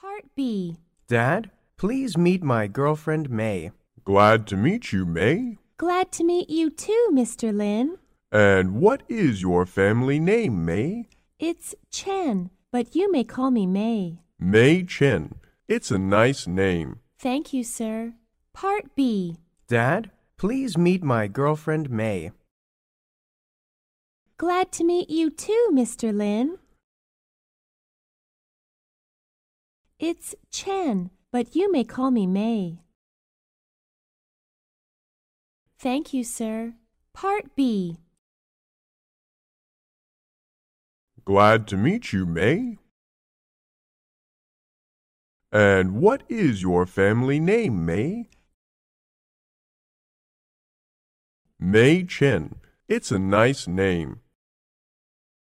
Part B. Dad, please meet my girlfriend May. Glad to meet you, May. Glad to meet you too, Mr. Lin. And what is your family name, May? It's Chen, but you may call me May. May Chen. It's a nice name. Thank you, sir. Part B. Dad, please meet my girlfriend May. Glad to meet you too, Mr. Lin. It's Chen, but you may call me May. Thank you, sir. Part B. Glad to meet you, May. And what is your family name, May? May Chen. It's a nice name.